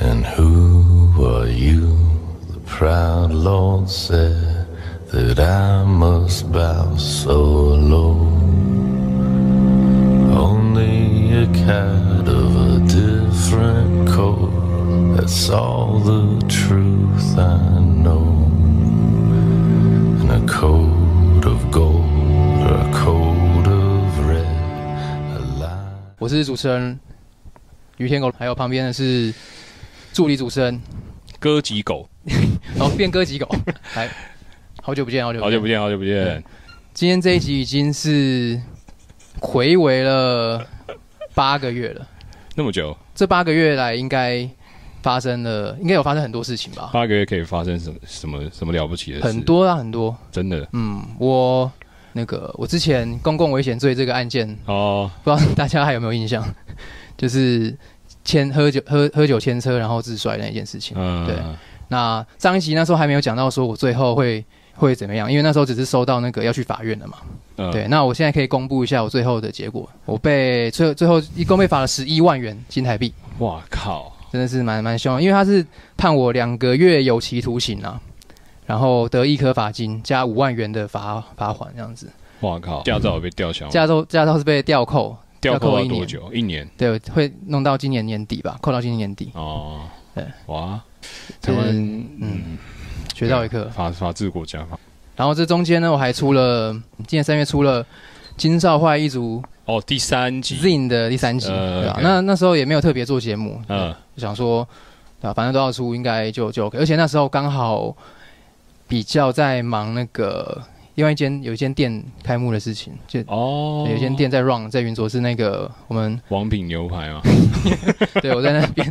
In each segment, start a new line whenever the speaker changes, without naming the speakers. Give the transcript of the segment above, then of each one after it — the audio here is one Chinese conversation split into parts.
And who are you? The proud Lord said that I must bow so low. Only a cat of a different coat. That's all the truth I know. And a coat of gold or a coat of red. A lie.
我是主持人于天狗，还有旁边的是助理主持人，
歌吉狗，
然后变哥几狗， 来，好久不见，好久
好久不
见。
见，好久不见。
今天这一集已经是回违了八个月了，
那么久，
这八个月来应该发生了，应该有发生很多事情吧？
八个月可以发生什么什么什么了不起的事？
很，多啊，很多。
真的
嗯，我那个我之前公共危险罪这个案件，
哦。
不知道大家还有没有印象？就是牵喝酒喝喝酒牵车然后自摔那一件事情。
嗯，
对那上一集那时候还没有讲到说我最后会会怎么样，因为那时候只是收到那个要去法院了嘛。
嗯
对，那我现在可以公布一下我最后的结果，我被最最后一共被罚了十一万元新台币，
哇靠，
真的是蛮蛮凶的，因为他是判我两个月有期徒刑啊，然后得一颗罚金加五万元的罚罚款这样子，
哇靠，驾照有被吊销吗，
嗯驾照驾照是被吊扣，
吊
吊扣
扣
一
要多
年
久？一年
对，会弄到今年年底吧，扣到今年年底，
哦
对。
哇，台湾
嗯，学到一课。
法法治国家嘛。
然后这中间呢，我还出了今年三月出了《金少坏一族
哦，第三集，
Zin》的第三集，
呃
对吧、
OK
那那时候也没有特别做节目，
嗯
嗯，就想说，对吧、啊反正都要出，应该就就 OK。而且那时候刚好比较在忙那个另外一间有一间店开幕的事情，就、
哦，
有一间店在 Run 在云卓是那个我们
王品牛排嘛，
对我在那 边，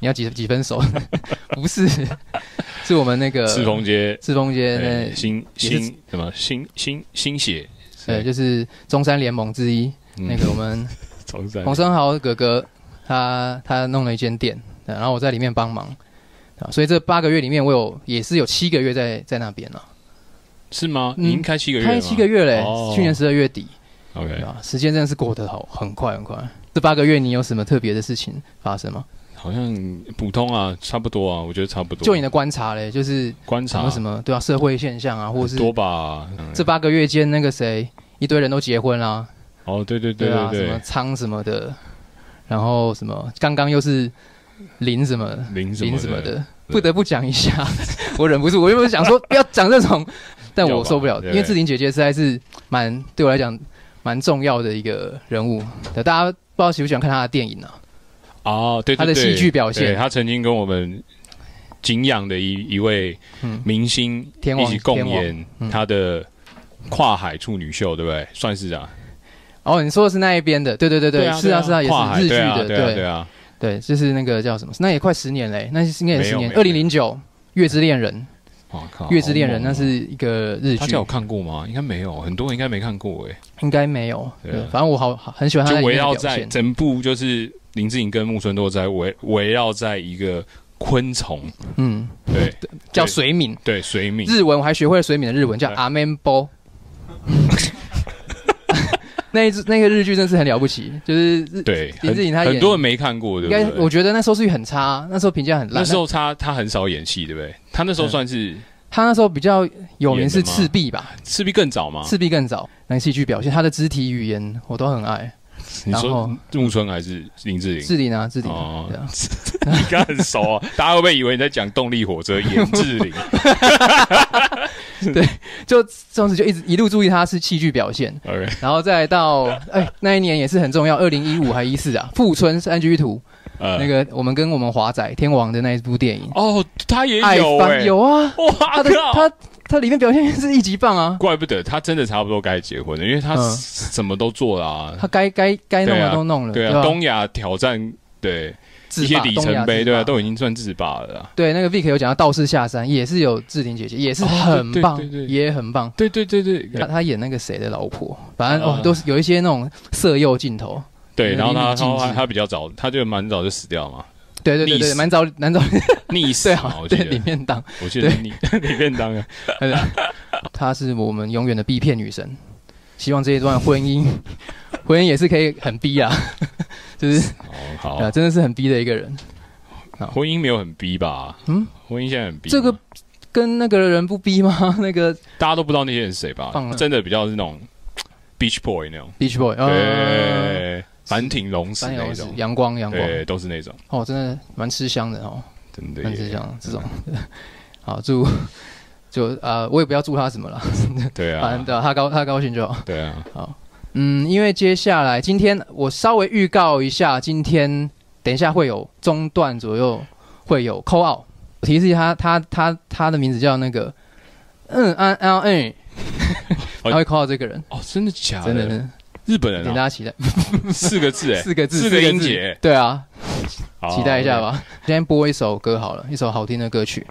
你要几几分熟？ 不是， 是我们那个
赤峰街，
赤峰街
哎
那。
新
也是
新什么新新新血，
对，就是中山联盟之一，
哎嗯
那个我们
从山
洪生豪哥哥他他弄了一间店，对然后我在里面帮忙，啊，所以这八个月里面我有也是有七个月在在那边了、
是吗？
嗯
已经开七个月了
开
吗，
七个月嘞、
哦
去年十二月底，对
OK，
吧、时间真的是过得好很快很快。这八个月你有什么特别的事情发生吗？
好像普通啊，差不多啊，我觉得差不多。
就你的观察嘞，就是
观
什
察
么什么对啊，社会现象啊，或者
多
是
吧？嗯
这八个月间那个谁一堆人都结婚啦、
哦，对对对
对啊，
对
什么
对，
仓什么的，然后什么刚刚又是林什么
零什么
零什么的，
对
不得不讲一下， 我忍不住，我原本想说不要讲这 种，但我受不
要
了，
吧
因
对
为志玲姐姐实在是蛮对我来讲蛮重要的一个人物，对大家不知道喜不喜欢看她的电影啊？
啊，对对对，
他的戏剧表现
对他曾经跟我们敬仰的一一位
嗯，
明星
天
一
王
起共
天王
演
嗯
他的跨海处女秀，对不对？算是啊，
哦，你说的是那一边的，对对对
啊
是啊是啊，也
跨海
是日剧
对啊
的，
对啊对啊，
对，就是那个叫什么？那也快十年嘞，那是应该也
没
十
有
年，
没有
二零零九《月之恋人》，
哇靠，
《月之恋人》
好
那
猛哦
是一个日
大
剧
家，有看过吗？应该没有，很多人应该没看过哎。
应该没有。
对
对
啊，
反正我好好很喜欢他
就
的
围
里面
绕
的表
在
现。
整部就是林志颖跟木村拓哉围围绕在一个昆虫，
嗯，
对
叫水敏，
对水敏，
日文我还学会了水敏的日文叫
对
阿 m 波。 那一只那个日剧真是很了不起，就是日
对，
林志颖他
很
演
很多人没看过，
应
对
该
不对？
我觉得那收视率很差，啊那时候评价很烂。
那时候他他很少演戏，对不对？他那时候算是
他那时候比较有名是
演的吗啊
赤壁吧，
赤壁更早嘛？
赤壁更早，那个戏剧表现，他的肢体语言我都很爱。
你
然
说
后
木村还是林志颖？
志玲啊，志玲，
哦
对啊，
你刚很熟啊，大家会不会以为你在讲动力火车演志玲？
就当时就一直一路注意他是戏剧表现，
OK，
然后再到 哎、那一年也是很重要，二零一五还一四啊，《富春山居图》
呃
那个我们跟我们华仔天王的那一部电影，
哦，他也
爱
有
翻
哎，
有啊，
哇
他的
靠！
他他里面表现是一级棒啊，
怪不得他真的差不多该结婚了，因为他
嗯
什么都做了啊。
他该该该弄
对啊
的都弄了，
对啊，
吧？
东亚挑战对
嗯自
一些
霸
里
东亚
程碑，
自
对啊，
霸
都已经算自霸了啊。
对那个 Vic 有讲到道士下山，也是有志玲姐姐，也是很棒，
哦对对对对
也很棒。
对对对对
他他演那个谁的老婆，反正
啊
哦都是有一些那种色诱镜头，
对，然后
那
他
个黎明禁
他
止
他比较早，他就蛮早就死掉 嘛，
对对对
溺
对，
死
蛮早蛮早
溺死
对
嘛，
啊
哦我，记
对里
得
面档，
我记得你 里面当啊，
她是我们永远的 B 片女神。希望这一段婚姻， 婚姻也是可以很逼啊，就是
哦好
啊啊，真的是很逼的一个人。好
婚姻没有很逼吧？
嗯，
婚姻现在很逼吗，
这个跟那个人不逼吗？ 那个
大家都不知道那些人是谁吧
放？了
真的比较是那种 Beach Boy 那种，
Beach Boy，呃，
对，反挺龙子
三
那
游是
种，
阳光阳光，
对，都是那种，
哦，真的蛮吃香的哦，
真的
蛮吃
耶，
香的这种。 好，祝就呃，我也不要祝他什么了，
对
反正
啊，
对啊他高他高兴就好。
对啊，
嗯，因为接下来今天我稍微预告一下，今天等一下会有中段左右会有扣 out，我提示一下他他他他的名字叫那个嗯安安 嗯，
哦
他会扣 out 这个人，
哦，真的假
真的
的？
是
日本人
请
啊
大，家期待
四个字 哎，
四个字
四个音节，
对啊，
好
期待一下。吧。先播一首歌好了，一首好听的歌曲。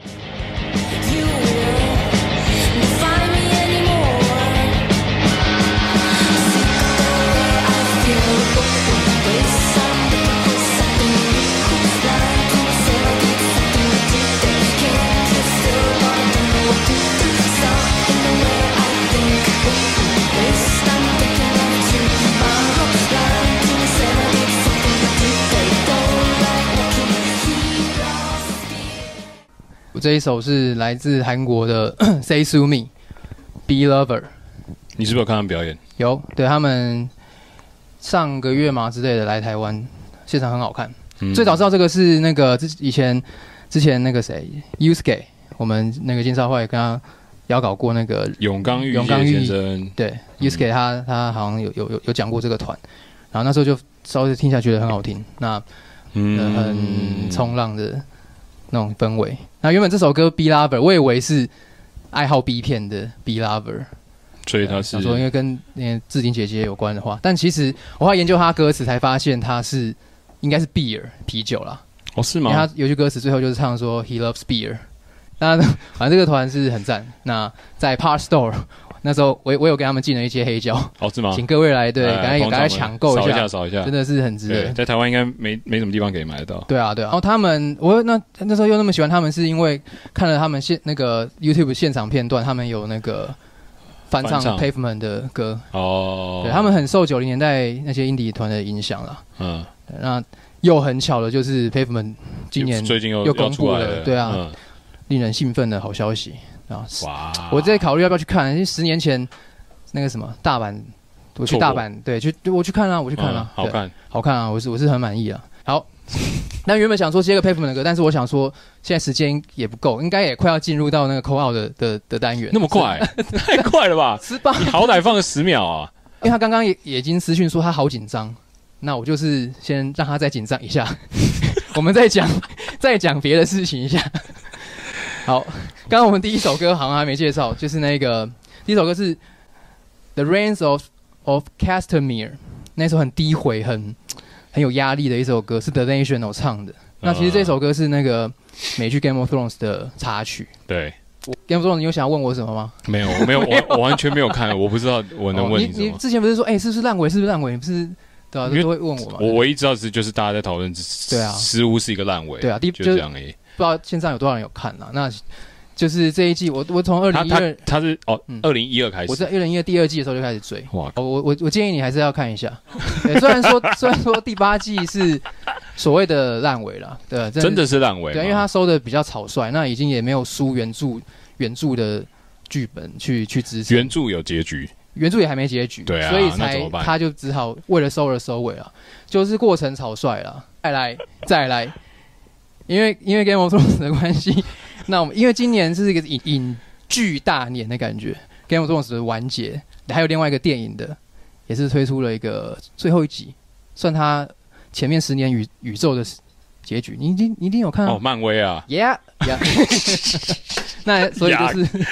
You won't find me anymore. I feel there's something, something cool that keeps something, something deep that can't still wonder what to do. Something where I think there's something about you. My hopes blind to something, something deep they don't like walking here lost here.
我这一首是来自韩国的 Say s u m i Be Lover。
你是不是有看他们表演？
有，对他们上个月嘛之类的来台湾，现场很好看。
嗯
最早知道这个是那个之以前之前那个谁 Uske，我们那个介绍会跟他邀稿过那个
永刚玉
永刚
介
玉
先生，
对 Uske 他他好像有有有有讲过这个团，然后那时候就稍微听下去觉得很好听，那、呃、
嗯
很冲浪的那种氛围。那原本这首歌 B Lover 我以为是爱好 B 片的 B Lover，
所以他啊是
想说，因为跟那个志玲姐姐有关的话，但其实我后来研究她歌词，才发现她是应该是 beer 啤酒啦，
哦是
因为
吗
她？有句歌词最后就是唱说 he loves beer。那 反正这个团是很赞。那在 Part Store 那时候我，我有给他们进了一些黑胶，
哦是吗？
请各位来对，
哎
赶快
捧
赶快
场
抢购
扫
一
一下，
下，
扫一下
真。的是很值
对，
得。
在台湾应该没没什么地方可以买得到。
对啊，对啊。然后他们，我那那时候又那么喜欢他们，是因为看了他们现那个 YouTube 现场片段，他们有那个翻唱
翻唱
Pavement 的歌，
哦，
对他们很受九零年代那些 indie 团的影响啦。
嗯，
对那又很巧的，就是 Pavement 今年
嗯最近又
又公
要
布
出来
了，对啊，
嗯
令人兴奋的好消息啊！
哇，
我在考虑要不要去看，因为十年前那个什么大阪，我去
错过
大阪，对，去我去看了，啊我去
嗯
看了，
好
对
看，
好看啊，我是我是很满意啊。好， 那原本想说接个 Pavement 的歌，但是我想说现在时间也不够，应该也快要进入到那个 call out 的的的单元，
那么快， 太快了吧？
十八
你好歹放个十秒啊！
因为他刚刚也也已经私讯说他好紧张，那我就是先让他再紧张一下， 我们再讲再讲别的事情一下。好，刚刚我们第一首歌好像还没介绍，就是那个第一首歌是《The Rains of of Castamere》，那首很低回、很很有压力的一首歌，是 The National 唱的。那其实这首歌是那个美剧《Game of Thrones》的插曲。
对，
Game of Thrones，你有想要问我什么吗？
没有，我没有，我我完全没有看，我不知道我能问
哦
你什
你
么。
之前不是说，哎、是不是烂尾？是不是烂尾？不是，对啊，
因为
都会问我嘛。
我唯一知道是就是大家在讨论，
对啊
失误是一个烂尾，
对啊第
就
就是
这样而已。
不知道线上有多少人有看啦。那就是这一季，我我从二
他
零一
他
二，
他是哦
嗯，
二零一二开
我在
始，
二零一二第二季的时候就开始追。哦
哇，
我我我我建议你还是要看一下。 对，虽然说虽然说第八季是所谓的烂尾了，对，
真
的
的是烂尾吗，
对，啊因为他收的比较草率，那已经也没有书原著原著的剧本去去支持，
原著有结局，
原著也还没结局，
对啊
所以
那怎
才
么办
他就只好为了收而收尾了，就是过程草率了。再来，再来，因为因为 Game of Thrones 的关系，那我们因为今年是一个影影剧大年的感觉，Game of Thrones 的完结，还有另外一个电影的，也是推出了一个最后一集，算它前面十年宇宇宙的结局。你一定你一定有看啊
哦，漫威啊，
Yeah, yeah. 那所以就是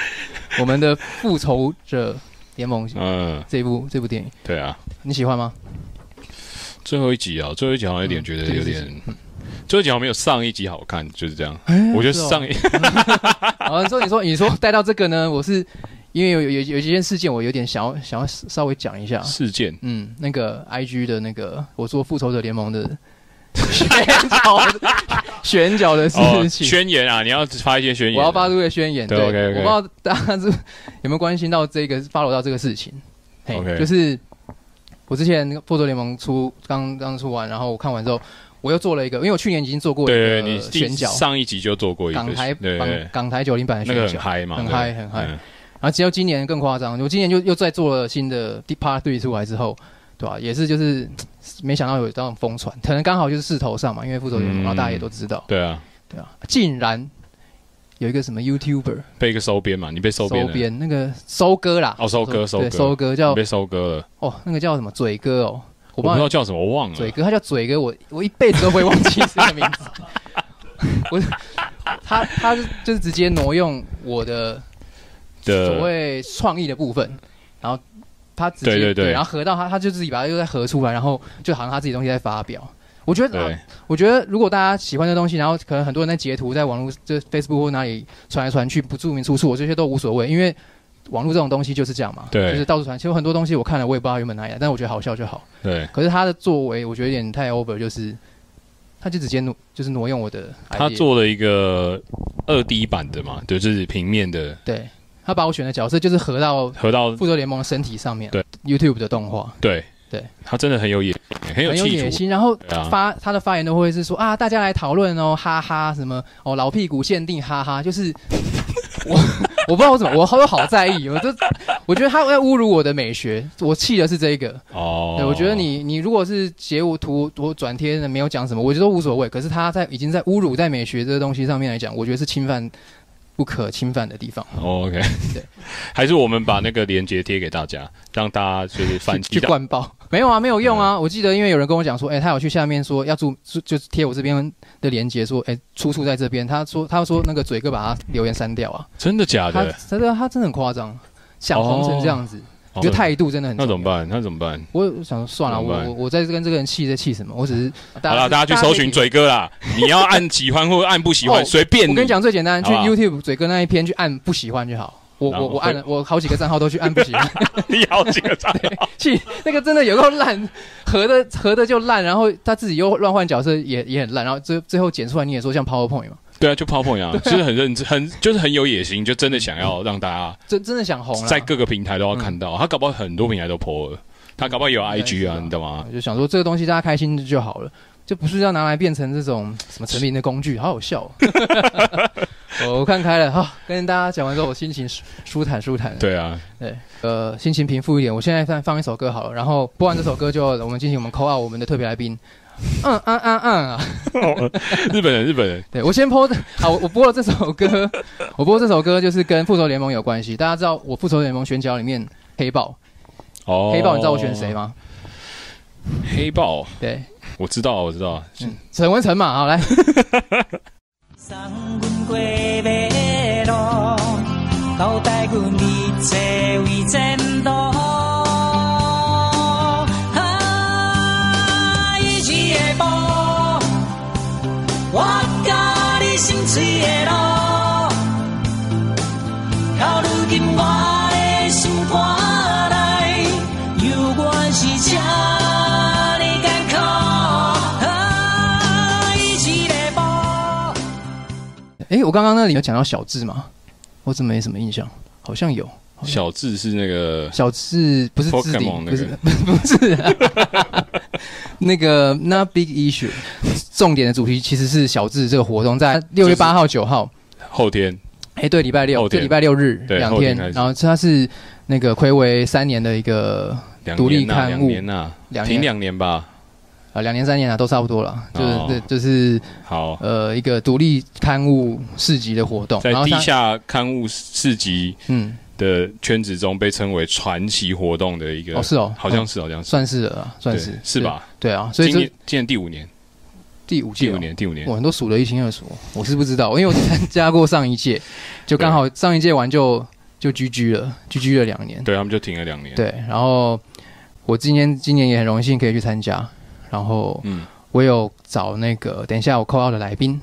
我们的复仇者联盟
嗯，
这部这部电影，
对啊，
你喜欢吗？
最后一集啊，最后一集好像有
嗯
点
哎
觉得
这个
有
是
点，最后一集好像没有上一集好看，就是这样。我觉得
哦
上一。
啊好，你说你说你说带到这个呢，我 是因为有有有有几件事件，我有点想要想要稍微讲一下
事件，
嗯，那个 I G 的那个我做复仇者联盟的 选角的选角的
哦，
事情，
宣言啊，你要发一些宣言啊，
我要发出一个宣言，
对
我不
OK，OK
知道大家是有没有关心到这个 follow 到这个事情。嘿
OK
就是我之前《复仇联盟》出刚刚出完，然后我看完之后，我又做了一个，因为我去年已经做过一
对对，
个
你
选角，
上一集就做过一个
港台
对
港
对，
港台九零版的
那
选
个
角
很，嗨嘛，
很
对
嗨很嗨
嗯
然后直到今年更夸张，我今年就又再做了新的 Deep Part Three 出来之后，对吧、也是就是没想到有这样疯传，可能刚好就是势头上嘛，因为复仇者联盟，
嗯
然后大家也都知道，
对啊，
对啊，竟然有一个什么 YouTuber
被一个收编嘛，你被收编
收
了，
编那个收割啦，
哦收割收
对
割
收割
你
叫
被收割了，
哦那个叫什么嘴哥哦，我不
我不
知道
知道叫什么，我忘
嘴
了。
哥，他叫嘴哥，我我一辈子都不会忘记这个名字， 我他他是就是直接挪用我的所
的
谓创意的部分，然后他直接
对对对
然后合到他，他就自己把它又再合出来，然后就好像他自己东西在发表。我觉得、
对
啊，我觉得如果大家喜欢这东西，然后可能很多人在截图，在网络就 Facebook 或哪里传来传去，不注明出处，我这些都无所谓，因为网络这种东西就是这样嘛，
对
就是到处传。其实很多东西我看了，我也不知道它原本哪里来，但我觉得好笑就好。
对，
可是他的作为，我觉得有点太 over，就是他就直接挪，就是挪用我的 idea。
他做了一个二 D 版的嘛，对就是平面的，
对，他把我选的角色就是合到
合到
复仇联盟的身体上面。
对
，YouTube 的动画。
对
对，
他真的很有野，很有
很有野
企图，
心，然后
对啊
发、他的发言都会是说啊，大家来讨论哦，哈哈，什么哦，老屁股限定，哈哈，就是我 我不知道我怎么，我好好在意，我这我觉得他在侮辱我的美学，我气的是这个。
哦，
对，我觉得你你如果是截我图我转贴的没有讲什么，我觉得都无所谓。可是他在已经在侮辱在美学这个东西上面来讲，我觉得是侵犯不可侵犯的地方。
哦 OK，
对，
还是我们把那个链接贴给大家，让大家就是反
去
击嗯到，
灌 爆？没有啊，没有用啊！我记得，因为有人跟我讲说，哎、他有去下面说要注，就就是贴我这边的链接，说，哎、出处在这边。他说，他说那个嘴哥把他留言删掉啊，
真的假
他
的？
真的他真的很夸张，想红成这样子，我觉得
哦
态度真的很重
那
要
怎么？办？那怎么办？
我我想说算了，
怎么
我
办
我我在跟这个人气在气什么？我只是
好了，大家去搜寻。
可以
嘴 哥啦，你要按喜欢或按不喜欢，
哦
随便
我跟你讲最简单，去
好不好
YouTube 嘴哥那一篇去按不喜欢就好。我
然后
我我按
会
了，我好几个账号都去按不喜欢。
你好几个 账号，
气那个真的有够烂，合的合的就烂，然后他自己又乱换角色也也很烂，然后最最后剪出来你也说像 PowerPoint 嘛，
对啊，就 PowerPoint 啊，就是很认真，很就是很有野心，就真的想要让大家
真真的想红了，
在各个平台都要看
嗯
到。他搞不好很多平台都 po 了，他搞不好有
应该是
IG 啊，
吧
你懂吗？
我就想说这个东西大家开心就好了，就不是要拿来变成这种什么成名的工 具，好好笑、哦。我看开了哈，跟大家讲完之后，我心情舒舒坦舒坦。
对啊，
对，呃，心情平复一点。我现在放放一首歌好了，然后播完这首歌就我们进行我们 call out 我们的特别来宾。嗯嗯嗯嗯啊！
日本人，日本人，
对我先播的啊，我我播了这首歌，我播这首歌就是跟复仇联盟有关系。大家知道我复仇联盟选角里面黑豹，
哦，
黑豹你知道我选谁？吗？
黑豹，
对，
我知道，我知道，
沈文成嘛，好来，
送阮过马路，交代阮一切为前途。啊，伊是的步，我甲你心碎的路，到如今我的心肝内，犹原是这呢艰苦。啊，伊是的步。
诶，我刚刚那里有讲到小智吗？我怎么没什么印象？好像有
小智是那个
小智，不是智力
Pokemon，那
不
个
是不是、 啊那个 Not Big Issue，重点的主题其实是小智这个活动在六月八号、九号。
后天，
哎，对，礼拜六，
后
这
天
礼拜六日
对
两
后天
天
开始，
然后它是那个暌违三年的一个
两
独立
年呐
刊
两
物
年呐，
两
停
年
两年吧。
啊，两年三年啊，都差不多了，就是、
哦
对，就是
好，
呃一个独立刊物市集的活动，
在
然后
地
它
下刊物市集
嗯
的圈子中被称为传奇活动的一个，
哦是哦
好像是，好像是，
算是了啊，算
对
是
是？吧？
对对啊，所以
今
这
年今年第五年，
第五届
第
哦、
五年，第五年
我，很多数得一清二楚，哦我是不知道，因为我只参加过上一届，就刚好上一届完就就 GG 了，GG 了两年，
对他们就停了两年。，
对，然后我今年今年也很荣幸可以去参加，然后
嗯，
我有找那个等一下我扣号的来宾，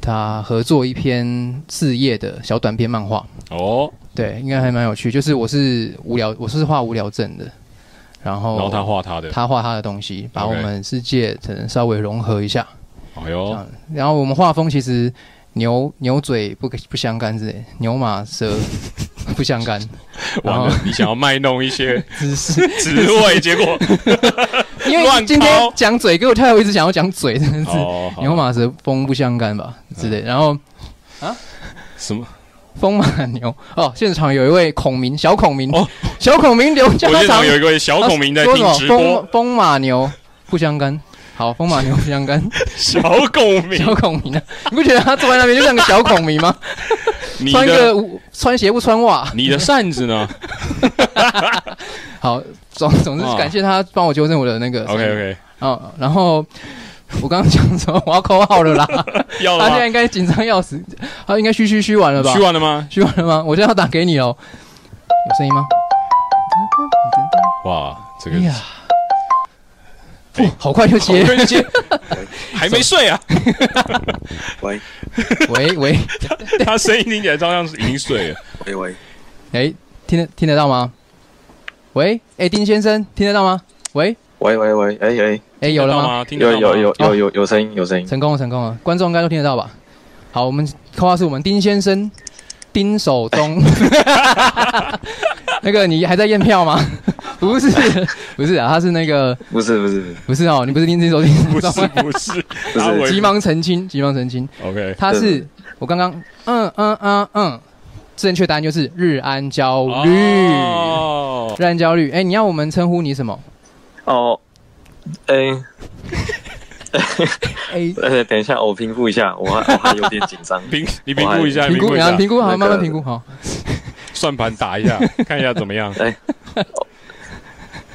他合作一篇四页的小短篇漫画，
哦，
对，应该还蛮有趣。就是我是无聊，我是画无聊症的，然后
然后他画他的，
哦他画他的东西，把我
OK
们世界可能稍微融合一下。
哎
这
呦，
样然后我们画风其实牛牛嘴不不相干之类，牛马蛇 不相干，
完
然
了
后，
你想要卖弄 一些
只是
职位，结果
因为
乱
今天
抛
讲嘴歌，我跳一直想要讲嘴这个字，
哦，好嗯
牛马蛇风不相干吧之类，然后
什么？
风马牛哦，现场有一位孔明，小孔明，
哦
小孔明刘家
我现
常
场有一位小孔明在
啊说
听
什么
直
风
播，
风马牛不相干。好，风马牛不相 干，
小孔明，
小孔明啊，你不觉得他坐在那边就像个小孔明吗？
你
穿
的
个无穿鞋不穿袜。
你的扇子呢
好，总总之
哇
感谢他帮我纠正我的那个。
？OK OK，
哦，然后我刚刚讲什么？我要扣号了啦！
要
他现在
了吗？
应该紧张要死，他应该嘘嘘嘘完了吧？
去完了吗？
嘘完了吗？我现在要打给你哦。有声音吗？
哇，这
哎
个
呀，哦好快就接
哎好。快就接，还没睡啊？
喂
喂喂，
他声音听起来照样是已经睡了。
喂喂，
哎，听得听得到吗？喂，哎，丁先生，听得到吗？喂，
喂喂喂，哎、哎、
哎，有了
听得到
吗？
吗？听
有
得到吗哦
有有有有有声音有声音，
成功了，成功了，观众应该都听得到吧？好，我们扣话是我们丁先生，丁守 中。那个你还在验票吗？ 不是，不是啊，他是那个
不是不是不是，
不是哦，你不是丁丁守丁守
不是
中吗，
不是，
是
阿
急
伟
忙澄清，急忙澄清，
OK
他是我刚刚嗯嗯嗯嗯，正确答案就是日安焦虑，
哦
日安焦虑。哎，你要我们称呼你什么？
哦，哎、
哎，
呃，等一下，我评估一下，我还我还有点紧
。
张
评你评估一下，
评估，
一
然
下
后，评估好，
那个
慢慢评估好。
算盘打一下，看一下怎么样。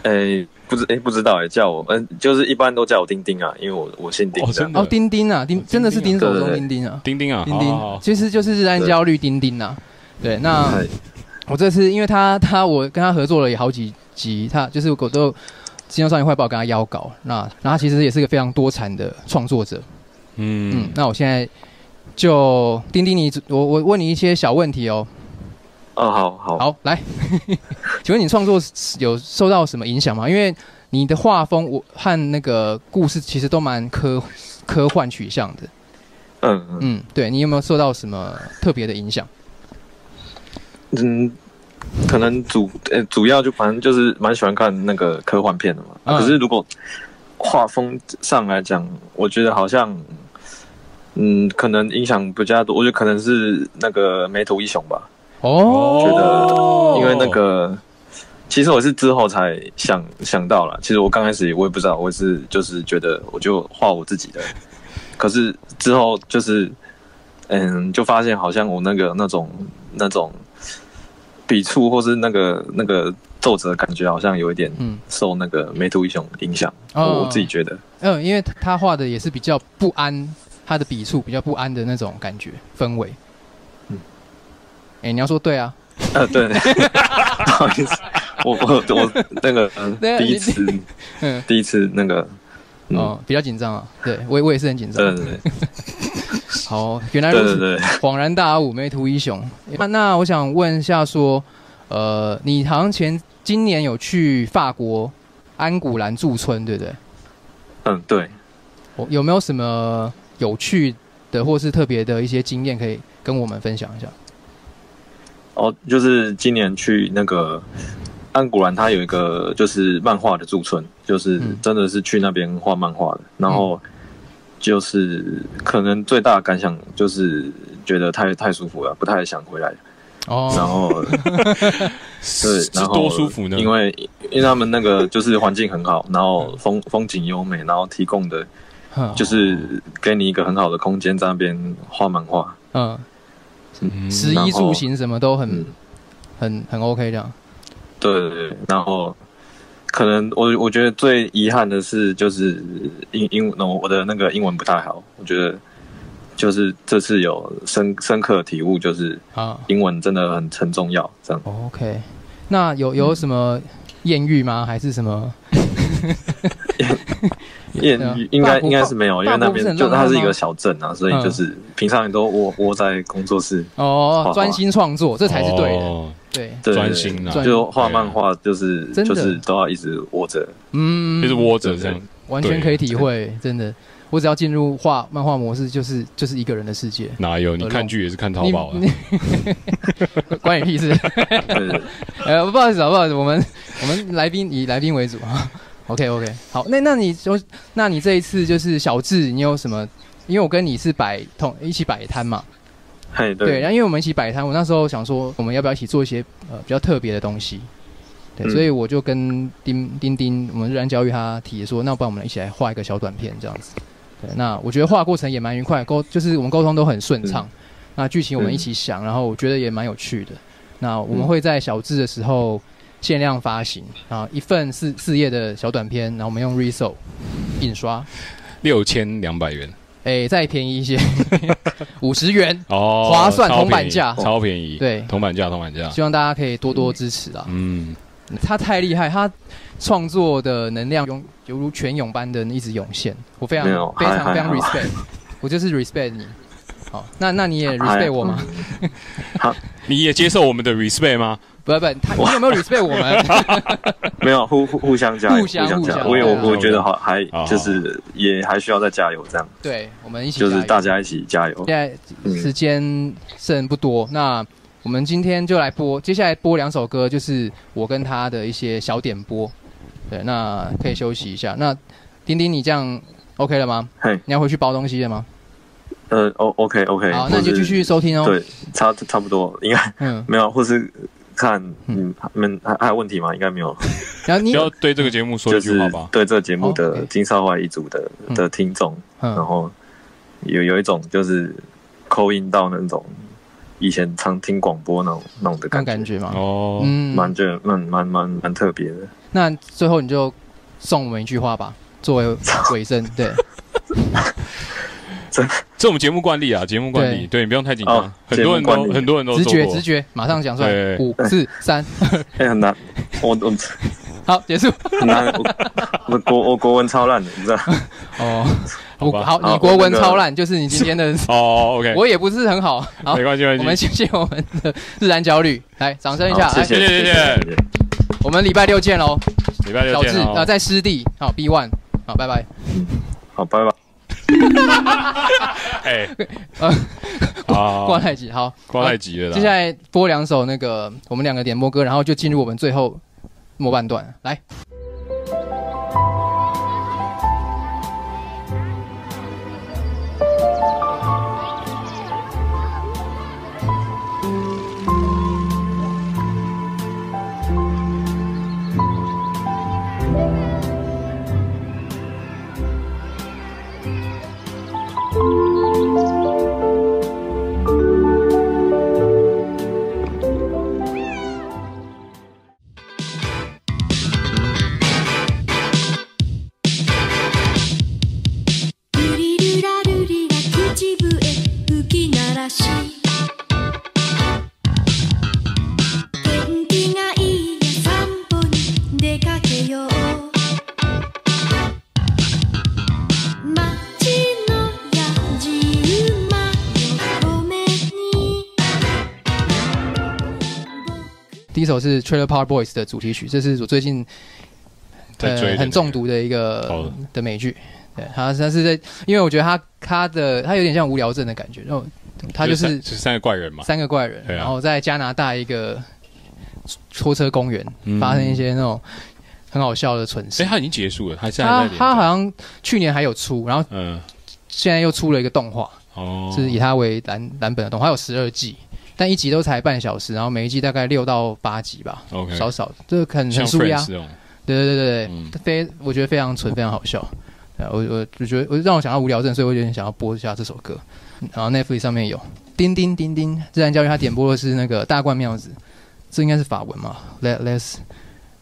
哎、不知哎、不知道哎、叫我嗯、就是一般都叫我丁丁啊，因为我我姓丁
哦
这样
真的
哦，丁丁啊，丁真的是丁守中
对对对
丁 丁啊。
丁丁啊，
钉
好好
钉
好，
其实就是日安焦虑钉钉呐。对，那
哎
我这次因为他他我跟他合作了也好几集，他就是我都《金融少年快报》跟他邀稿，那然后他其实也是个非常多产的创作者。嗯
嗯，
那我现在就丁丁你，我我问你一些小问题哦。
哦，好好
好，来， 请问你创作有受到什么影响吗？因为你的画风我和那个故事其实都蛮科科幻取向的。
嗯嗯
嗯，对你有没有受到什么特别的影响？
嗯，可能主呃、主要就反正就是蛮喜欢看那个科幻片的嘛。啊
嗯
可是如果画风上来讲，我觉得好像嗯，可能影响比较多。我觉得可能是那个美图一雄吧，
哦，
觉得因为那个。其实我是之后才想想到了，其实我刚开始我也不知道，我也是就是觉得我就画我自 己的，可是之后就是嗯，就发现好像我那个那种那种笔触或是那个那个皱褶，感觉好像有一点
嗯
受那个美图英雄影响，
哦
我我自己觉得，
嗯，因为他画的也是比较不安，他的笔触比较不安的那种感觉氛围。嗯
嗯，
哎、你要说对啊，
呃， 对，不好意思，我我我那个、嗯
对啊
第
你
一次
嗯，
第一次那个，嗯，
哦，比较紧张啊，对我也我也是很紧张
对。对对
好，哦原来如
对
此，
对对，
恍然大悟，美图一雄。那那我想问一下说，呃，你好像前今年有去法国安古兰驻村，对不对？
嗯对，
我有没有什么有趣的或是特别的一些经验可以跟我们分享一下？
哦，就是今年去那个安古兰，它有一个就是漫画的驻村，就是
嗯
真的是去那边画漫画的。然后
嗯
就是可能最大的感想就是觉得太太舒服了，不太想回来。然
哦，
后对
是，
然后
多舒服呢？
因为因为他们那个就是环境很好，然后风风景优美，然后提供的
哼
哦
就是给你一个很好的空间在那边画漫画。
嗯，
嗯
食
然
衣住
后
行什么都很、
嗯
很很 OK 这样。
对对对，然后可能我我觉得最遗憾的是，就是英英文，我的那个英文不太好，我觉得就是这次有深深刻的体悟，就是
啊
英文真的很很重要。这样，
，OK。那有有什么艳遇吗？还是什么？
也
对啊
应该
法国
应该是没有，因为
法
那
国不是
边
很
就
浪漫吗
它是一个小镇啊，
嗯
所以就是平常也都窝窝在工作室，
哦
画，
专心创作，这才是对的。
哦
对，
对
专心啊
就画漫画，就是
真的
就是都要一直窝着。
嗯，
就是窝着这样。
完全可以体会，真的。我只要进入画漫画模式，就是就是一个人的世界。
哪有？你看剧也是看淘宝啊？
嗯你你 关你屁事！
对，
呃，不好意思，啊，不好意思，我们我们来宾以来宾为主啊。OK OK，好，那那你就那你这一次就是小智，你有什么？因为我跟你是摆同一起摆摊嘛，
嘿，
对，然
对，
后因为我们一起摆摊，我那时候想说，我们要不要一起做一些呃比较特别的东西？对，
嗯
所以我就跟丁丁丁，我们日安教育他提说，那不然我们一起来画一个小短片这样子。对，那我觉得画过程也蛮愉快，沟就是我们沟通都很顺畅。那剧情我们一起想，然后我觉得也蛮有趣的。那我们会在小智的时候限量发行啊，然后一份四四页的小短片，然后我们用 Reso 印刷，
六千两百元
哎，再便宜一些， 五十元。
哦，
划算
超便宜
铜板价
超便宜，
对
铜板价，铜板价。
希望大家可以多多支持啊！
嗯，
他太厉害，他创作的能量涌犹如泉涌般的一直涌现，我非常
没有
非
还
常非常
还好
respect，我就是 respect 你。好，那那你也
还
respect 我 吗？
你也接受我们的 respect 吗？
不不，他你有没有 respect 我们？
没有互互互相加油，
互相互
加油。
相
我也
对啊
我我觉得好，还
好好
就是也还需要再加油，这样
对，我们一起
就是
加油
大嗯家一起加油。
现在时间剩不多，那我们今天就来播，接下来播两首歌，就是我跟他的一些小点播。对，那可以休息一下。那丁丁，你这样 OK 了吗？
嘿，
你要回去包东西了吗？
呃，O OK OK，
好，那你就继续。收听哦。
对，差差不多，应该
嗯，
没有，或是看
嗯
嗯，你们还还有问题吗？应该没有，
然后
不
你
要对这个节目 说
就
一句
是
话吧。
对这个节目
哦
的
，OK
金少华一族的
嗯
的听众，然
嗯，
后有有一种就是扣音到那种以前常听广播那种那种的
那种
感
感
觉，
觉嘛，
哦，
嗯，
蛮觉得蛮蛮蛮蛮特别的。
那最后你就送我们一句话吧，作为尾声。 对，
这我们节目惯例啊，节目惯例，对你不用太紧张
哦，
很多人
节目惯
都
例
很多人都
直
做
觉
过
直觉，马上讲出来，
对
五四三，
哎、很难，我我
好，结束。
很难，我我国我国文超烂的，你知道？
哦，
好吧
好，
好
你国文
那个
超烂，就是你今天 的，
哦，OK，
我也不是很好。好
没，关系，
我
没
们
关系，
谢谢我们的自然焦虑，来掌声一下，哎
好，谢
来，
谢
谢
谢谢谢
谢。
我们礼拜六见喽，
礼拜六
小智
见
啊
哦。
在师弟，好 B one，好，拜拜。
好，拜拜。
哎，
呃，挂
啊，
太极，好，
挂太急了啦。
接下来播两首那个我们两个点播歌，然后就进入我们最后末半段，来。
ルリルラルリラ口笛吹き鳴らし天気がいいや散歩に出かけよう街のやじ馬横目に
第一首是 Trailer Park Boys 的主题曲，这是我最近
在追的那
呃
个
很中毒的一
哦
个的美剧。对，他他是在，因为我觉得他他的他有点像无聊症的感觉，然后他就
三
是
就是三个怪人嘛。
三个怪人，
对啊
然后在加拿大一个拖车公园
嗯
发生一些那种很好笑的蠢事
哎，。他已经结束了，他现在
他
在连
啊他
载
好像去年还有出，然后
嗯
现在又出了一个动画，
哦，
是以它为蓝蓝本的动画，它有十二季，但一集都才半小时，然后每一季大概六到八集吧
OK
少少，这个很
像
很舒
Friends
压，
这种，
对对对对，
嗯
非我觉得非常纯，非常好笑。对啊我我就觉得我让我想到无聊症，所以我有点想要播一下这首歌。然后 Netflix 上面有叮叮叮叮，自然教育他点播的是那个大冠妙子，这应该是法文嘛？Let Let's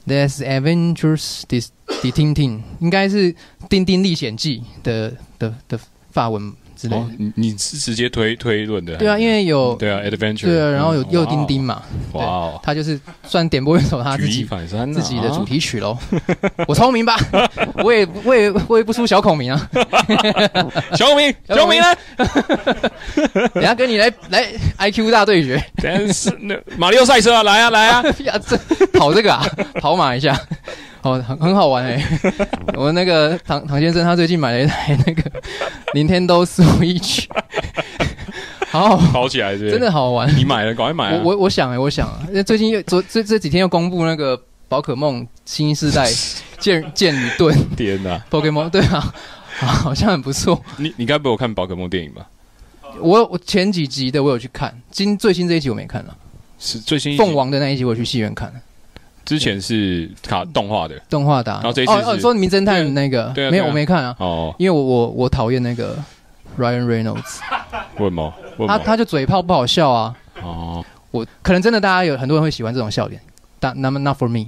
Let's Adventures Dis d e t i n t i n 应该是《丁丁历险记》的的的法文之类的
哦。，你你是直接推推论的，
对啊，因为有
对啊，Adventure，
对啊，然后有
嗯
又丁丁，嘛，
哇哦
他就是算点播一首他
哇哦，举
自
一
己
反三啊
自己的主题曲喽。 我聪明吧？ 我也我也我也不输小孔明啊。
小明，小明呢？
等一下跟你来来 IQ 大对决，
但是那马里奥赛车啊，来啊来啊！
呀这跑这个啊，跑马一下。哦，很很好玩哎、 我那个唐唐先生他最近买了一台 那个 Nintendo Switch，好好，
跑起来是不是
真的好玩。
你买了，赶快买、啊！
我我我想哎、我想、啊，因为最近又昨这这几天又公布那个宝可梦新世代剑剑与盾
天哪、
Pokemon，对啊， 好好像很不错。
你你该不会有看宝可梦电影吧？
我我前几集的我有去看，今最新这一集我没看了，
是最新一集
凤凰的那一集我去戏院看了，
之前是卡动画的
动画的啊、
然后这一次
哦哦，
是
说名侦探那个
对啊对啊
没有我没看啊，
哦，
因为我我我讨厌那个 Ryan Reynolds，
问吗？问
他
吗？
他就嘴炮不好笑啊，
哦，
我可能真的大家有很多人会喜欢这种笑脸，但那么 not for me。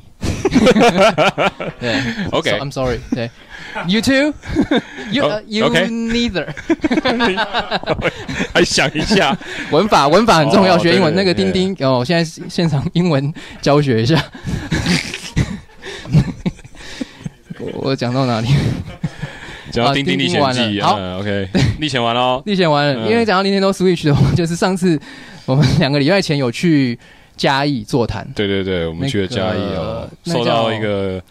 对
OK
so I'm sorry. 对，You too. you、uh，
Oh,
you
okay.
neither.
还想一下，
文法文法很重要，
哦
学英文
对
那个
对
钉
对
钉哦，现在现场英文教学一下。 我我讲到哪里？
讲到丁丁
啊
历险
丁
记，
丁完了
嗯，OK，历险完了哦，
历险完了，
嗯
因为讲到 Nintendo Switch 的话，就是上次我们两个礼拜前有去嘉义座谈，
对对对，我们去了嘉义哦，
那个
受到一个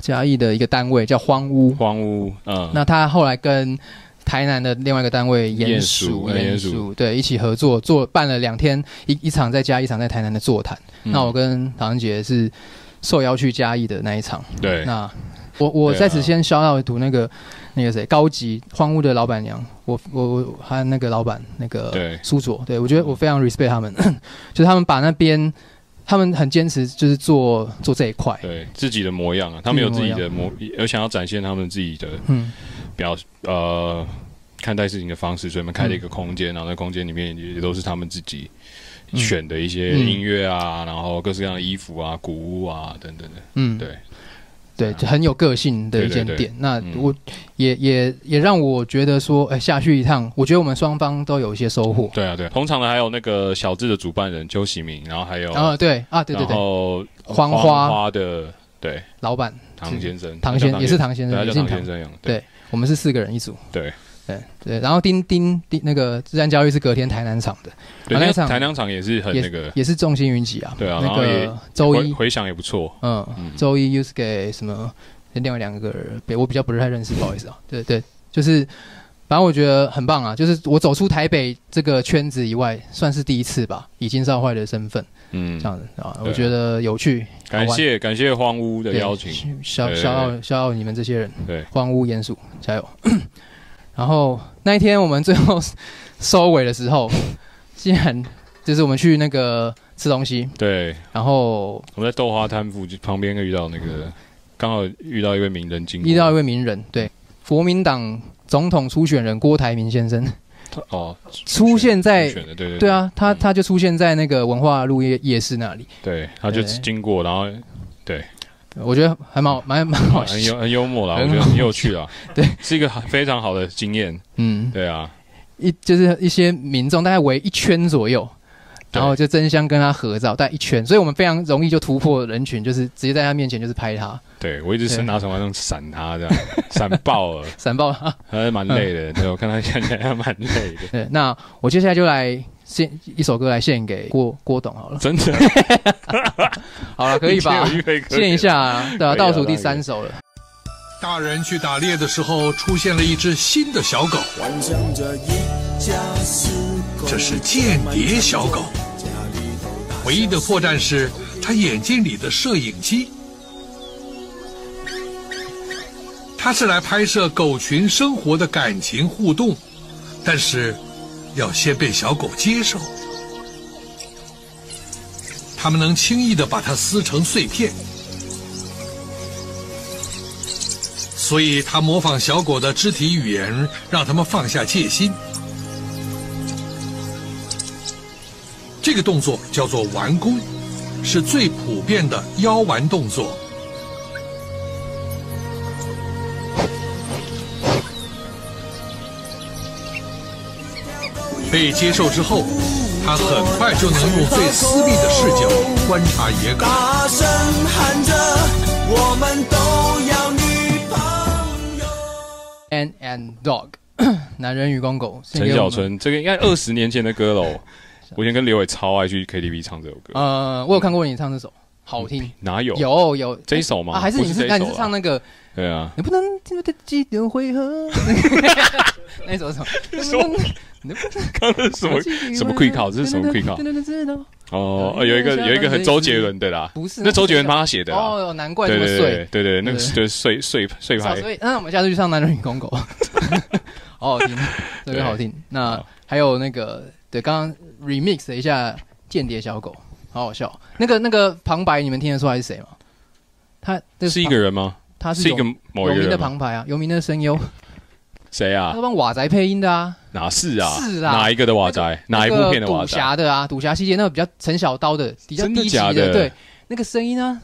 嘉义的一个单位叫荒屋，
荒屋，嗯，
那他后来跟台南的另外一个单位鼹
鼹
鼠
鼠哎鼹
鼠
鼠
对一起合作做办了两天一一场在嘉义一场在台南的座谈。
嗯
那我跟唐人杰是受邀去嘉义的那一场。
对
那我我
对啊
在此先消到读那个那个谁高级荒屋的老板娘，我我我还有那个老板那个
对嗯
苏佐，对我觉得我非常 respect 他们， 就是他们把那边他们很坚持，就是做做这一块。
对自己的模样啊，他们有自己的模，有想要展现他们自己的
嗯，
表呃看待事情的方式，所以我们开了一个空间，然后那空间里面也也都是他们自己选的一些
嗯
音乐啊，然后各式各样的衣服啊、古物啊等等的，
嗯，
对，
对，就很有个性的一间
对对
店。那
嗯
我也、也也让我觉得说，哎、下去一趟，我觉得我们双方都有一些收获。
对啊，对啊，同场的还有那个小智的主办人邱喜明，然后还有
然后、对啊，对对
哦然
对，
后呃
黄花
花的对
老板
唐先生，
唐
他叫
先也是唐先生，
对他
也
叫
姓
唐
唐
先。生一样，
对我们是四个人一组。
对
对对，然后丁丁丁那个自然教育是隔天台南场的，
对，
啊那
那
场
台南场也是很那个，
也是众星云集啊。
对啊
那
然
个
后
周
回
一，
回想也不错，
嗯，周一又是给什么？另外两个人，别我比较不是太认识，不好意思啊。对对，就是，反正我觉得很棒啊。就是我走出台北这个圈子以外，算是第一次吧，以金少坏的身份
嗯
这，样子啊，
对啊
我觉的有趣。
感谢感谢荒屋的
对
邀请，，
消
对对
消耗消耗你们这些人，
对，
荒屋鼹鼠，加油！然后那一天我们最后 收尾的时候，竟然就是我们去那个吃东西，
对，
然后
我们在豆花摊附近旁边遇到那个，刚好遇到一位名人经过，
遇到一位名人，对，国民党总统初选人郭台铭先生
哦，
出现在
初，选的对对
对，啊，他
嗯
他就出现在那个文化路夜夜市那里，
对，他就
对
经过，然后
我觉得还蛮好蛮蛮好
很
笑，
幽很 幽默啦，
很
我
好
觉得很有趣啦，
对，
是一个非常好的经验，
嗯，
对啊，
一就是一些民众大概围一圈左右。
对
然后就争相跟他合照，带一圈，所以我们非常容易就突破人群，就是直接在他面前就是拍他，
对我一直是
对
拿手电筒闪他，这样 闪爆了，
闪爆他。
还蛮累
嗯
的，对我看他看起来还蛮累的，
对，那我接下来就来献一首歌来献给郭郭董好了，
真的
好了，可以吧
你？有预备歌
献一下啊，对
可以
啊，
啊
倒数第
当
三
然
首了。
大人去打猎的时候，出现了一只新的小狗，
幻想着一家四口，
这是间谍小狗。
家里头大
唯一的破绽是它眼睛里的摄影机。它是来拍摄狗群生活的感情互动，但是要先被小狗接受。它们能轻易地把它撕成碎片，所以它模仿小狗的肢体语言，让它们放下戒心。这个动作叫做完弓，是最普遍的腰丸动作。被接受之后，他很快就能用最私密的视角观察野狗。
大声喊着，我们都要女朋友。
And and dog，男 人与公狗。献给
陈
我
小
们。
春，这个应该二哦十年前的歌喽。我以前跟刘伟超爱去 KTV 唱这首歌，
呃，我有看过你唱这首，好听，
哪嗯有？
啊有有
这一首吗？
啊，还是
不
你
这
是
一
那
首
你是
啦
唱那个
对啊，
你不能记得记得回合，那一首是什么？你不能
刚刚是什么
啊
什么 quick call？这是什么 quick call？哦，呃有一个有一个很周杰伦的啦，
不是
那周杰伦帮他写的啦，
哦，难怪
对
这么
对对
碎。
对对，那个
对
是就是碎碎碎
好
拍，
所以那我们下次去唱《男人与公狗》，好好听，特别好听。那
好
还有那个，对，刚刚 remix 了一下《间谍小狗》，好好笑。那个那个旁白，你们听得出来是谁吗？他这
是一个，人吗？
他是
是一个
有有
某一个
名的
人吗？
旁白哦啊，有名的声优，
谁
他
啊
是？帮瓦仔配音的啊。
哪是啊？
是啊
哪一个的瓦仔？哪一部片的瓦
赌
仔？
侠的啊，赌侠系列那个比较陈小刀的，比较
真的
低级
假的
对，那个声音呢，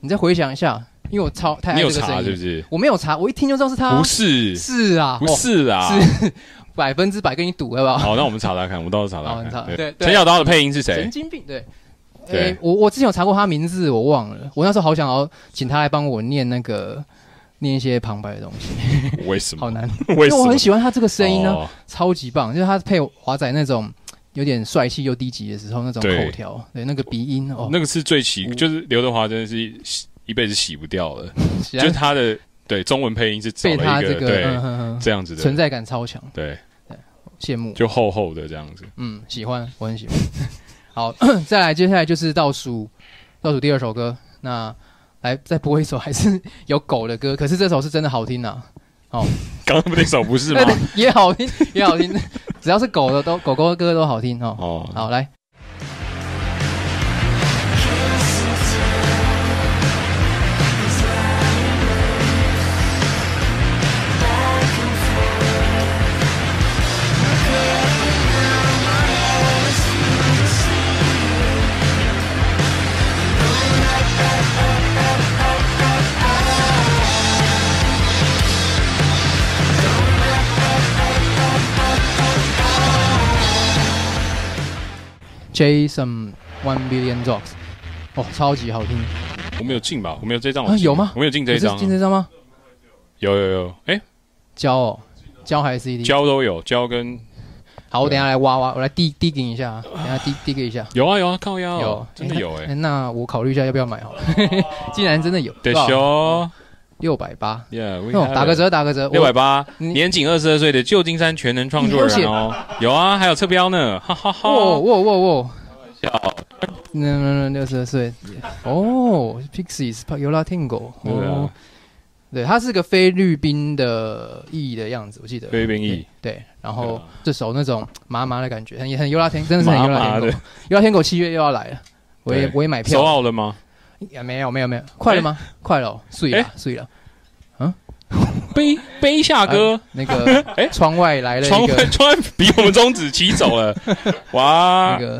你再回想一下，因为我超太爱
你
这
有
个声
查
音，
是不是？
我没有查，我一听就知道是他啊，
不是，
是啊，
不是
哦、
哦啊。
是百分之百跟你赌，好不好？
好，那我们查查看，我们到时候查
好
查
哦你查
看。
对对
陈小刀的配音是谁
神？经病，对。
对
诶我我之前有查过他名字，我忘了。我那时候好想要请他来帮我念那个念一些旁白的东西，
为什么
好？难，
为
因
什
为我
么
很？喜欢他这个声音呢，
哦
超级棒，就是他配华仔那种有点帅气又低级的时候那种
对
口条，对那个鼻音哦，
那个是最洗，就是刘德华真的是洗一辈子洗不掉的，
喜
就是他的对中文配音是找
被他
了一
这
个
个嗯
对
哼哼
这样子
存
的，
在感超强，
对，
羡慕，
就厚厚的这样子。
嗯，喜欢，我很喜欢。 好， 再来，接下来就是倒数倒数第二首歌，那来再播一首还是有狗的歌，可是这首是真的好听啊，
刚刚那首不是吗？
也好听，也好听，只要是狗的都狗狗的歌都好听哦。
哦，
好，来，Jason One Billion Dogs，哦，超级好听，
我没有进吧？我没有这张，
啊有吗
我没有进这一
不是
张啊，
进这张吗？
有有有，哎，
胶哦，胶还是 CD？
胶都有，胶跟
好，我等一下来挖挖，我来滴滴给你一下，啊，等一下滴滴给一下。
有啊有啊，靠腰
有，
真的有哎，
那我考虑一下要不要买好了。 既然真的有，
对修
六百八，哦那我
，Yeah，
打个。折，打个折，
六百八，
你
年仅二十二岁的旧金山全能创作人哦，有啊，还有侧标呢，哈哈哈。
我。哦哇哇哇哇！那那那六十二岁，哦，Pixies 有拉 Tingo，
对
哦
啊，
对，他是个菲律宾的裔的样子，我记得。
菲律宾裔，
对，然后
对啊
这首那种麻麻的感觉，很也很尤拉天，真的是很尤拉
麻
天
麻的
狗。尤拉天狗七月又要来了，我也
对啊
我也买
收
票了。
澳了吗？
也没有没有没有，快了吗？快了哦，碎了
哎
碎了。
背背下哥，
那个
哎
窗外来了
窗
一
外
个
窗外比我们中指骑 走了，哇啊
那个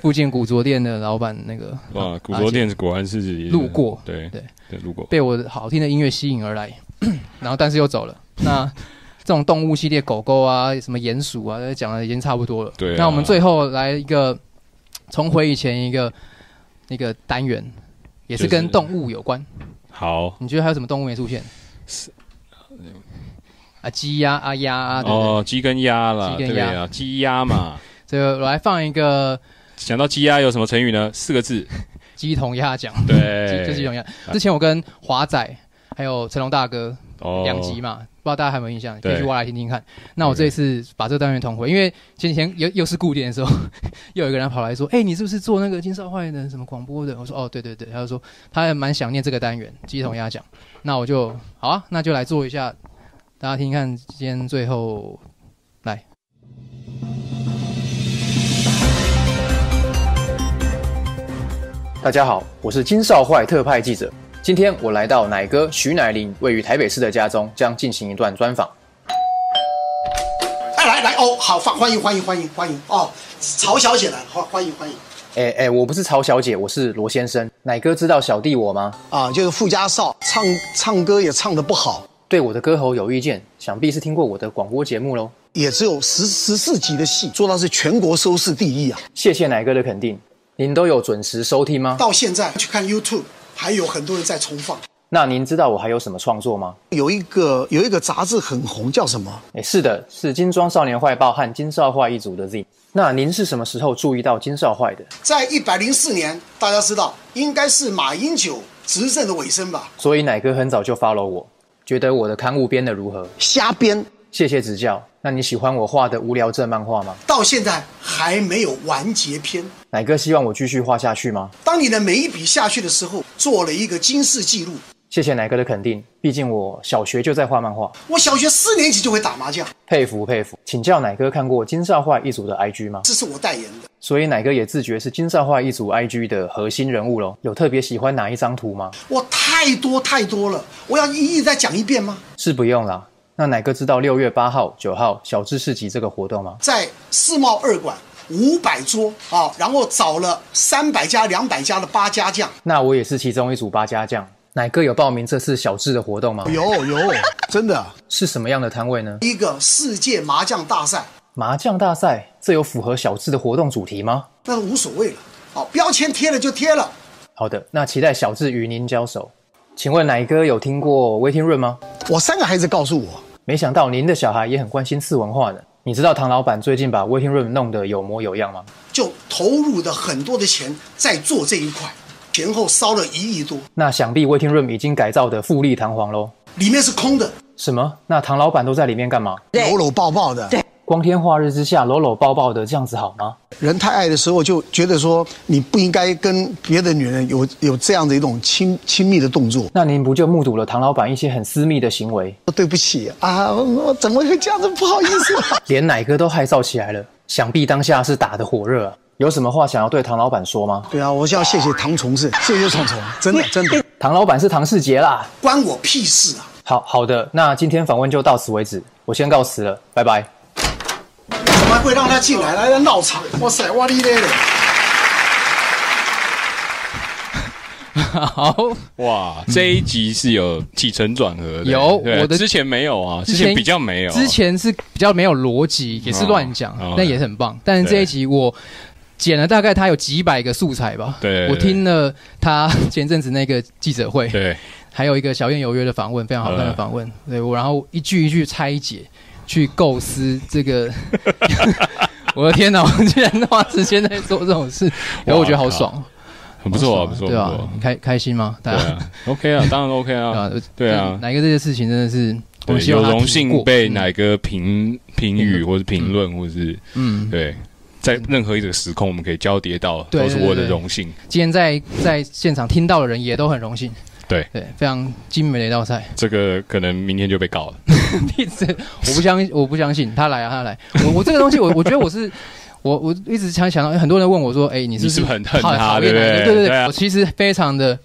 附近古着店的老板，那个
哇！古着店果然是
啊路过
对
对
对路过，
被我好听的音乐吸引而来，然后但是又走了。那这种动物系列，狗狗啊，什么鼹鼠啊，讲的已经差不多了。
对啊
那我们最后来一个重回以前一个那个单元，也是
就是
跟动物有关。
好
你觉得还有什么动物没出现？啊，鸡呀、啊鸭啊等等。
哦，鸡跟鸭啦，
鸡
对
跟鸭
啊，鸡鸭嘛。
这个我来放一个
想到鸡鸭有什么成语呢？四个字，
鸡同鸭讲。
对，
这是一种样。之前我跟华仔还有成龙大哥
哦
两集嘛，不知道大家还有没有印象，可
对
以去挖来听听看。那我这一次把这个单元重回，因为前几天又又是固定的时候， 又有一个人跑来说：“哎、你是不是做那个金少坏的什么广播的？”我说：“哦，对对对。”他就说他还蛮想念这个单元鸡同鸭讲。那我就好啊，那就来做一下，大家听听看，今天最后来。
大家好，我是金少坏特派记者。今天我来到奶哥徐乃麟位于台北市的家中，将进行一段专访。
哎，来来哦，好，欢欢迎欢迎欢迎欢迎哦，曹小姐来，欢欢迎欢迎
哎哎，我不是曹小姐，我是罗先生。奶哥知道小弟我吗？
啊，就是富家少，唱唱歌也唱得不好，
对我的歌喉有意见，想必是听过我的广播节目喽。
也只有十十四集的戏，做到是全国收视第一啊！
谢谢奶哥的肯定，您都有准时收听吗？
到现在去看 YouTube，还有很多人在重放。
那您知道我还有什么创作吗？
有一个有一个杂志很红，叫什么？
诶，是的，是《金装少年坏报》和《金少坏一族》的 Z。那您是什么时候注意到金少坏的？
在一百零四年，大家知道应该是马英九执政的尾声吧？
所以奶哥很早就 follow 我，觉得我的刊物编得如何？
瞎编。
谢谢指教。那你喜欢我画的无聊症漫画吗？
到现在还没有完结篇。
奶哥希望我继续画下去吗？
当你的每一笔下去的时候，做了一个惊世纪录。
谢谢奶哥的肯定，毕竟我小学就在画漫画，
我小学四年级就会打麻将，
佩服佩服。请教奶哥看过金少坏一族的 IG 吗？
这是我代言的。
所以奶哥也自觉是金少坏一族 IG 的核心人物喽。有特别喜欢哪一张图吗？
我太多太多了，我要一一再讲一遍吗？
是不用啦。那奶哥知道六月八号、九号小知识集这个活动吗？
在世贸二馆五百桌啊，然后找了三百家、两百家的八家将，
那我也是其中一组八家将。奶哥有报名这次小智的活动吗？
有有，真的
是什么样的摊位呢？
一个世界麻将大赛，
麻将大赛，这有符合小智的活动主题吗？
那无所谓了，啊，标签贴了就贴了。
好的，那期待小智与您交手。请问奶哥有听过微听润吗？
我三个孩子告诉我，
没想到您的小孩也很关心次文化呢。你知道唐老板最近把微听润弄得有模有样吗？
就投入了很多的钱在做这一块，前后烧了一亿多，
那想必 Waiting Room 已经改造的富丽堂皇喽。
里面是空的，
什么？那唐老板都在里面干嘛？
搂搂抱抱的。对，
光天化日之下搂搂抱抱的，这样子好吗？
人太爱的时候就觉得说你不应该跟别的女人有有这样的一种亲亲密的动作，哦
那您不就目睹了唐老板一些很私密的行为，
对不起啊，我怎么会这样子？不好意思、啊。
连奶哥都害臊起来了？想必当下是打得火热啊！有什么话想要对唐老板说吗？
对啊，我要谢谢唐崇志，谢谢 虫虫，真的真的，
唐老板是唐世杰啦。
关我屁事啊！
好好的，那今天访问就到此为止，我先告辞了，拜拜。
怎么会让他进来来来闹场？哇塞，哇哩咧咧！
好，
哇，这一集是有起承转合的。
有
对
我的
之前没有啊，之前比较没有。
之前是比较没有逻辑，也是乱讲
哦哦，
但也是很棒。但是这一集我剪了大概他有几百个素材吧。
对对对
我听了他前阵子那个记者会，
对，啊
还有一个小燕有约的访问，非常好看的访问。对我，然后一句一句拆解，去构思这 个。 我的天哪！我竟然花时间在做这种事，然后我觉得好爽，
很不错啊，不错，不
哦对吧
错。？
你开开心吗？大
对
家
啊，OK 啊，当然 OK 啊，对啊，
哪一个这些事情真的是，我们
对
希
有
望他
荣
挺
幸
过
被哪个评评语或是评论或是
嗯
对，在任何一个时空我们可以交叠到，
对
都是
对对
我的
对
荣幸。
今天在在现场听到的人也都很荣幸，
对，
对，非常精美的一道菜。
这个可能明天就被告了。
一直我不相信， 我不相信他来啊，他来。我我这个东西，我我觉得我是。我我一直想想到，很多人问我说：“哎、你是
你是不是很恨
讨
他
讨厌
对不
哪一
对
个对对
对啊
我其实非常的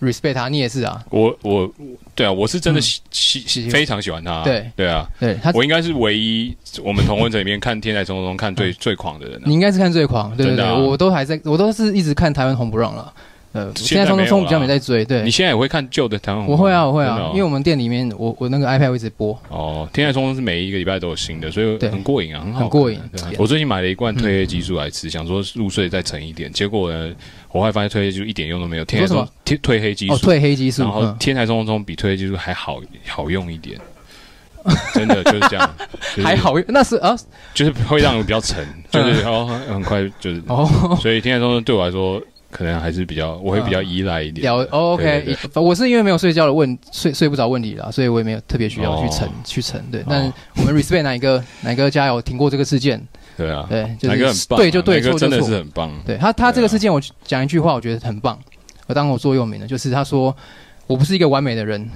respect 他，你也是啊，
我我对啊，我是真的
嗯
喜喜喜
欢
非常喜欢他，
对
对啊，
对他，
我应该是唯一我们同温层里面看《天才冲冲冲》看最最狂的人啊
嗯你。应该是看最狂，对对
真
对，
的啊
我都还在，我都是一直看台湾红不让了，呃，
现
现
在
在冲
没
冲冲
有
比较
啦
没在追，对
你，现在也会看旧的台湾红吗？
我会啊，我会
真的
啊
哦，
因为我们店里面，我我那个 iPad 会一直播，
哦，《天才冲冲》是每一个礼拜都有新的，所以
对
很过瘾啊，很好看啊
很过瘾嗯
对啊
对
我最近买了一罐褪黑激素来吃，想说入睡再沉一点，结果呢，我还发现褪黑激素一点用都没有。天才
说什
冲
么
褪褪黑激素，
哦，褪黑激素，
然后
嗯
《天才冲冲冲》比褪黑激素还好好用一点，真的就是 这样，就是
还好，那是啊，
就是会让人比较沉，就是然后很快就是，
嗯哦，
所以天才冲冲对我来说，可能还是比较，我会比较依赖一点。
聊哦
对
OK，
对
我是因为没有睡觉的问睡睡不着问题啦，所以我也没有特别需要
哦
去沉去沉。对，但我们 respect 哪一个哪一个加油，挺过这个事件。
对啊，
对就是
哪个很棒啊，
对就对
哪个
错就
真的
错
是很棒。
对他他这个
对啊
事件，我讲一句话，我觉得很棒，我当我座右铭了，就是他说我不是一个完美的人，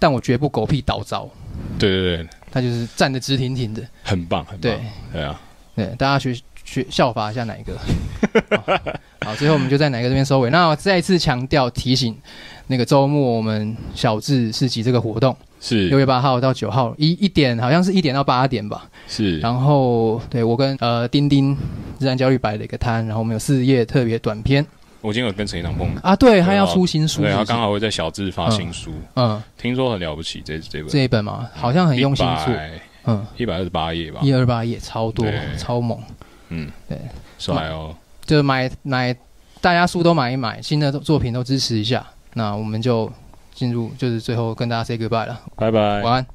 但我绝不狗屁倒灶。
对对对，
他就是站得直挺挺的。
很棒，很棒。
对
对啊，
对，大家学学效法一下哪一个。好， 最后我们就在哪一个这边收尾。那我再一次强调提醒，那个周末我们小智市集这个活动。六
是
月八号到九号，一一点好像是一点到八点吧。
是，
然后对我跟呃丁丁自然教育摆了一个摊，然后我们有四页特别短片
我今天有跟陈一堂碰，
啊，对他
对啊
要出新书，
对，
是
他
不是
刚好会在小智发新书，
嗯
听说很了不起，这这本
这一本嘛，好像很用心做，嗯，
一百二十八页吧，
一二八页超多
对
超猛，
嗯，
对，
帅哦，
就买买大家书都买一买，新的作品都支持一下。那我们就进入就是最后跟大家 say goodbye 了，
拜拜，
晚安。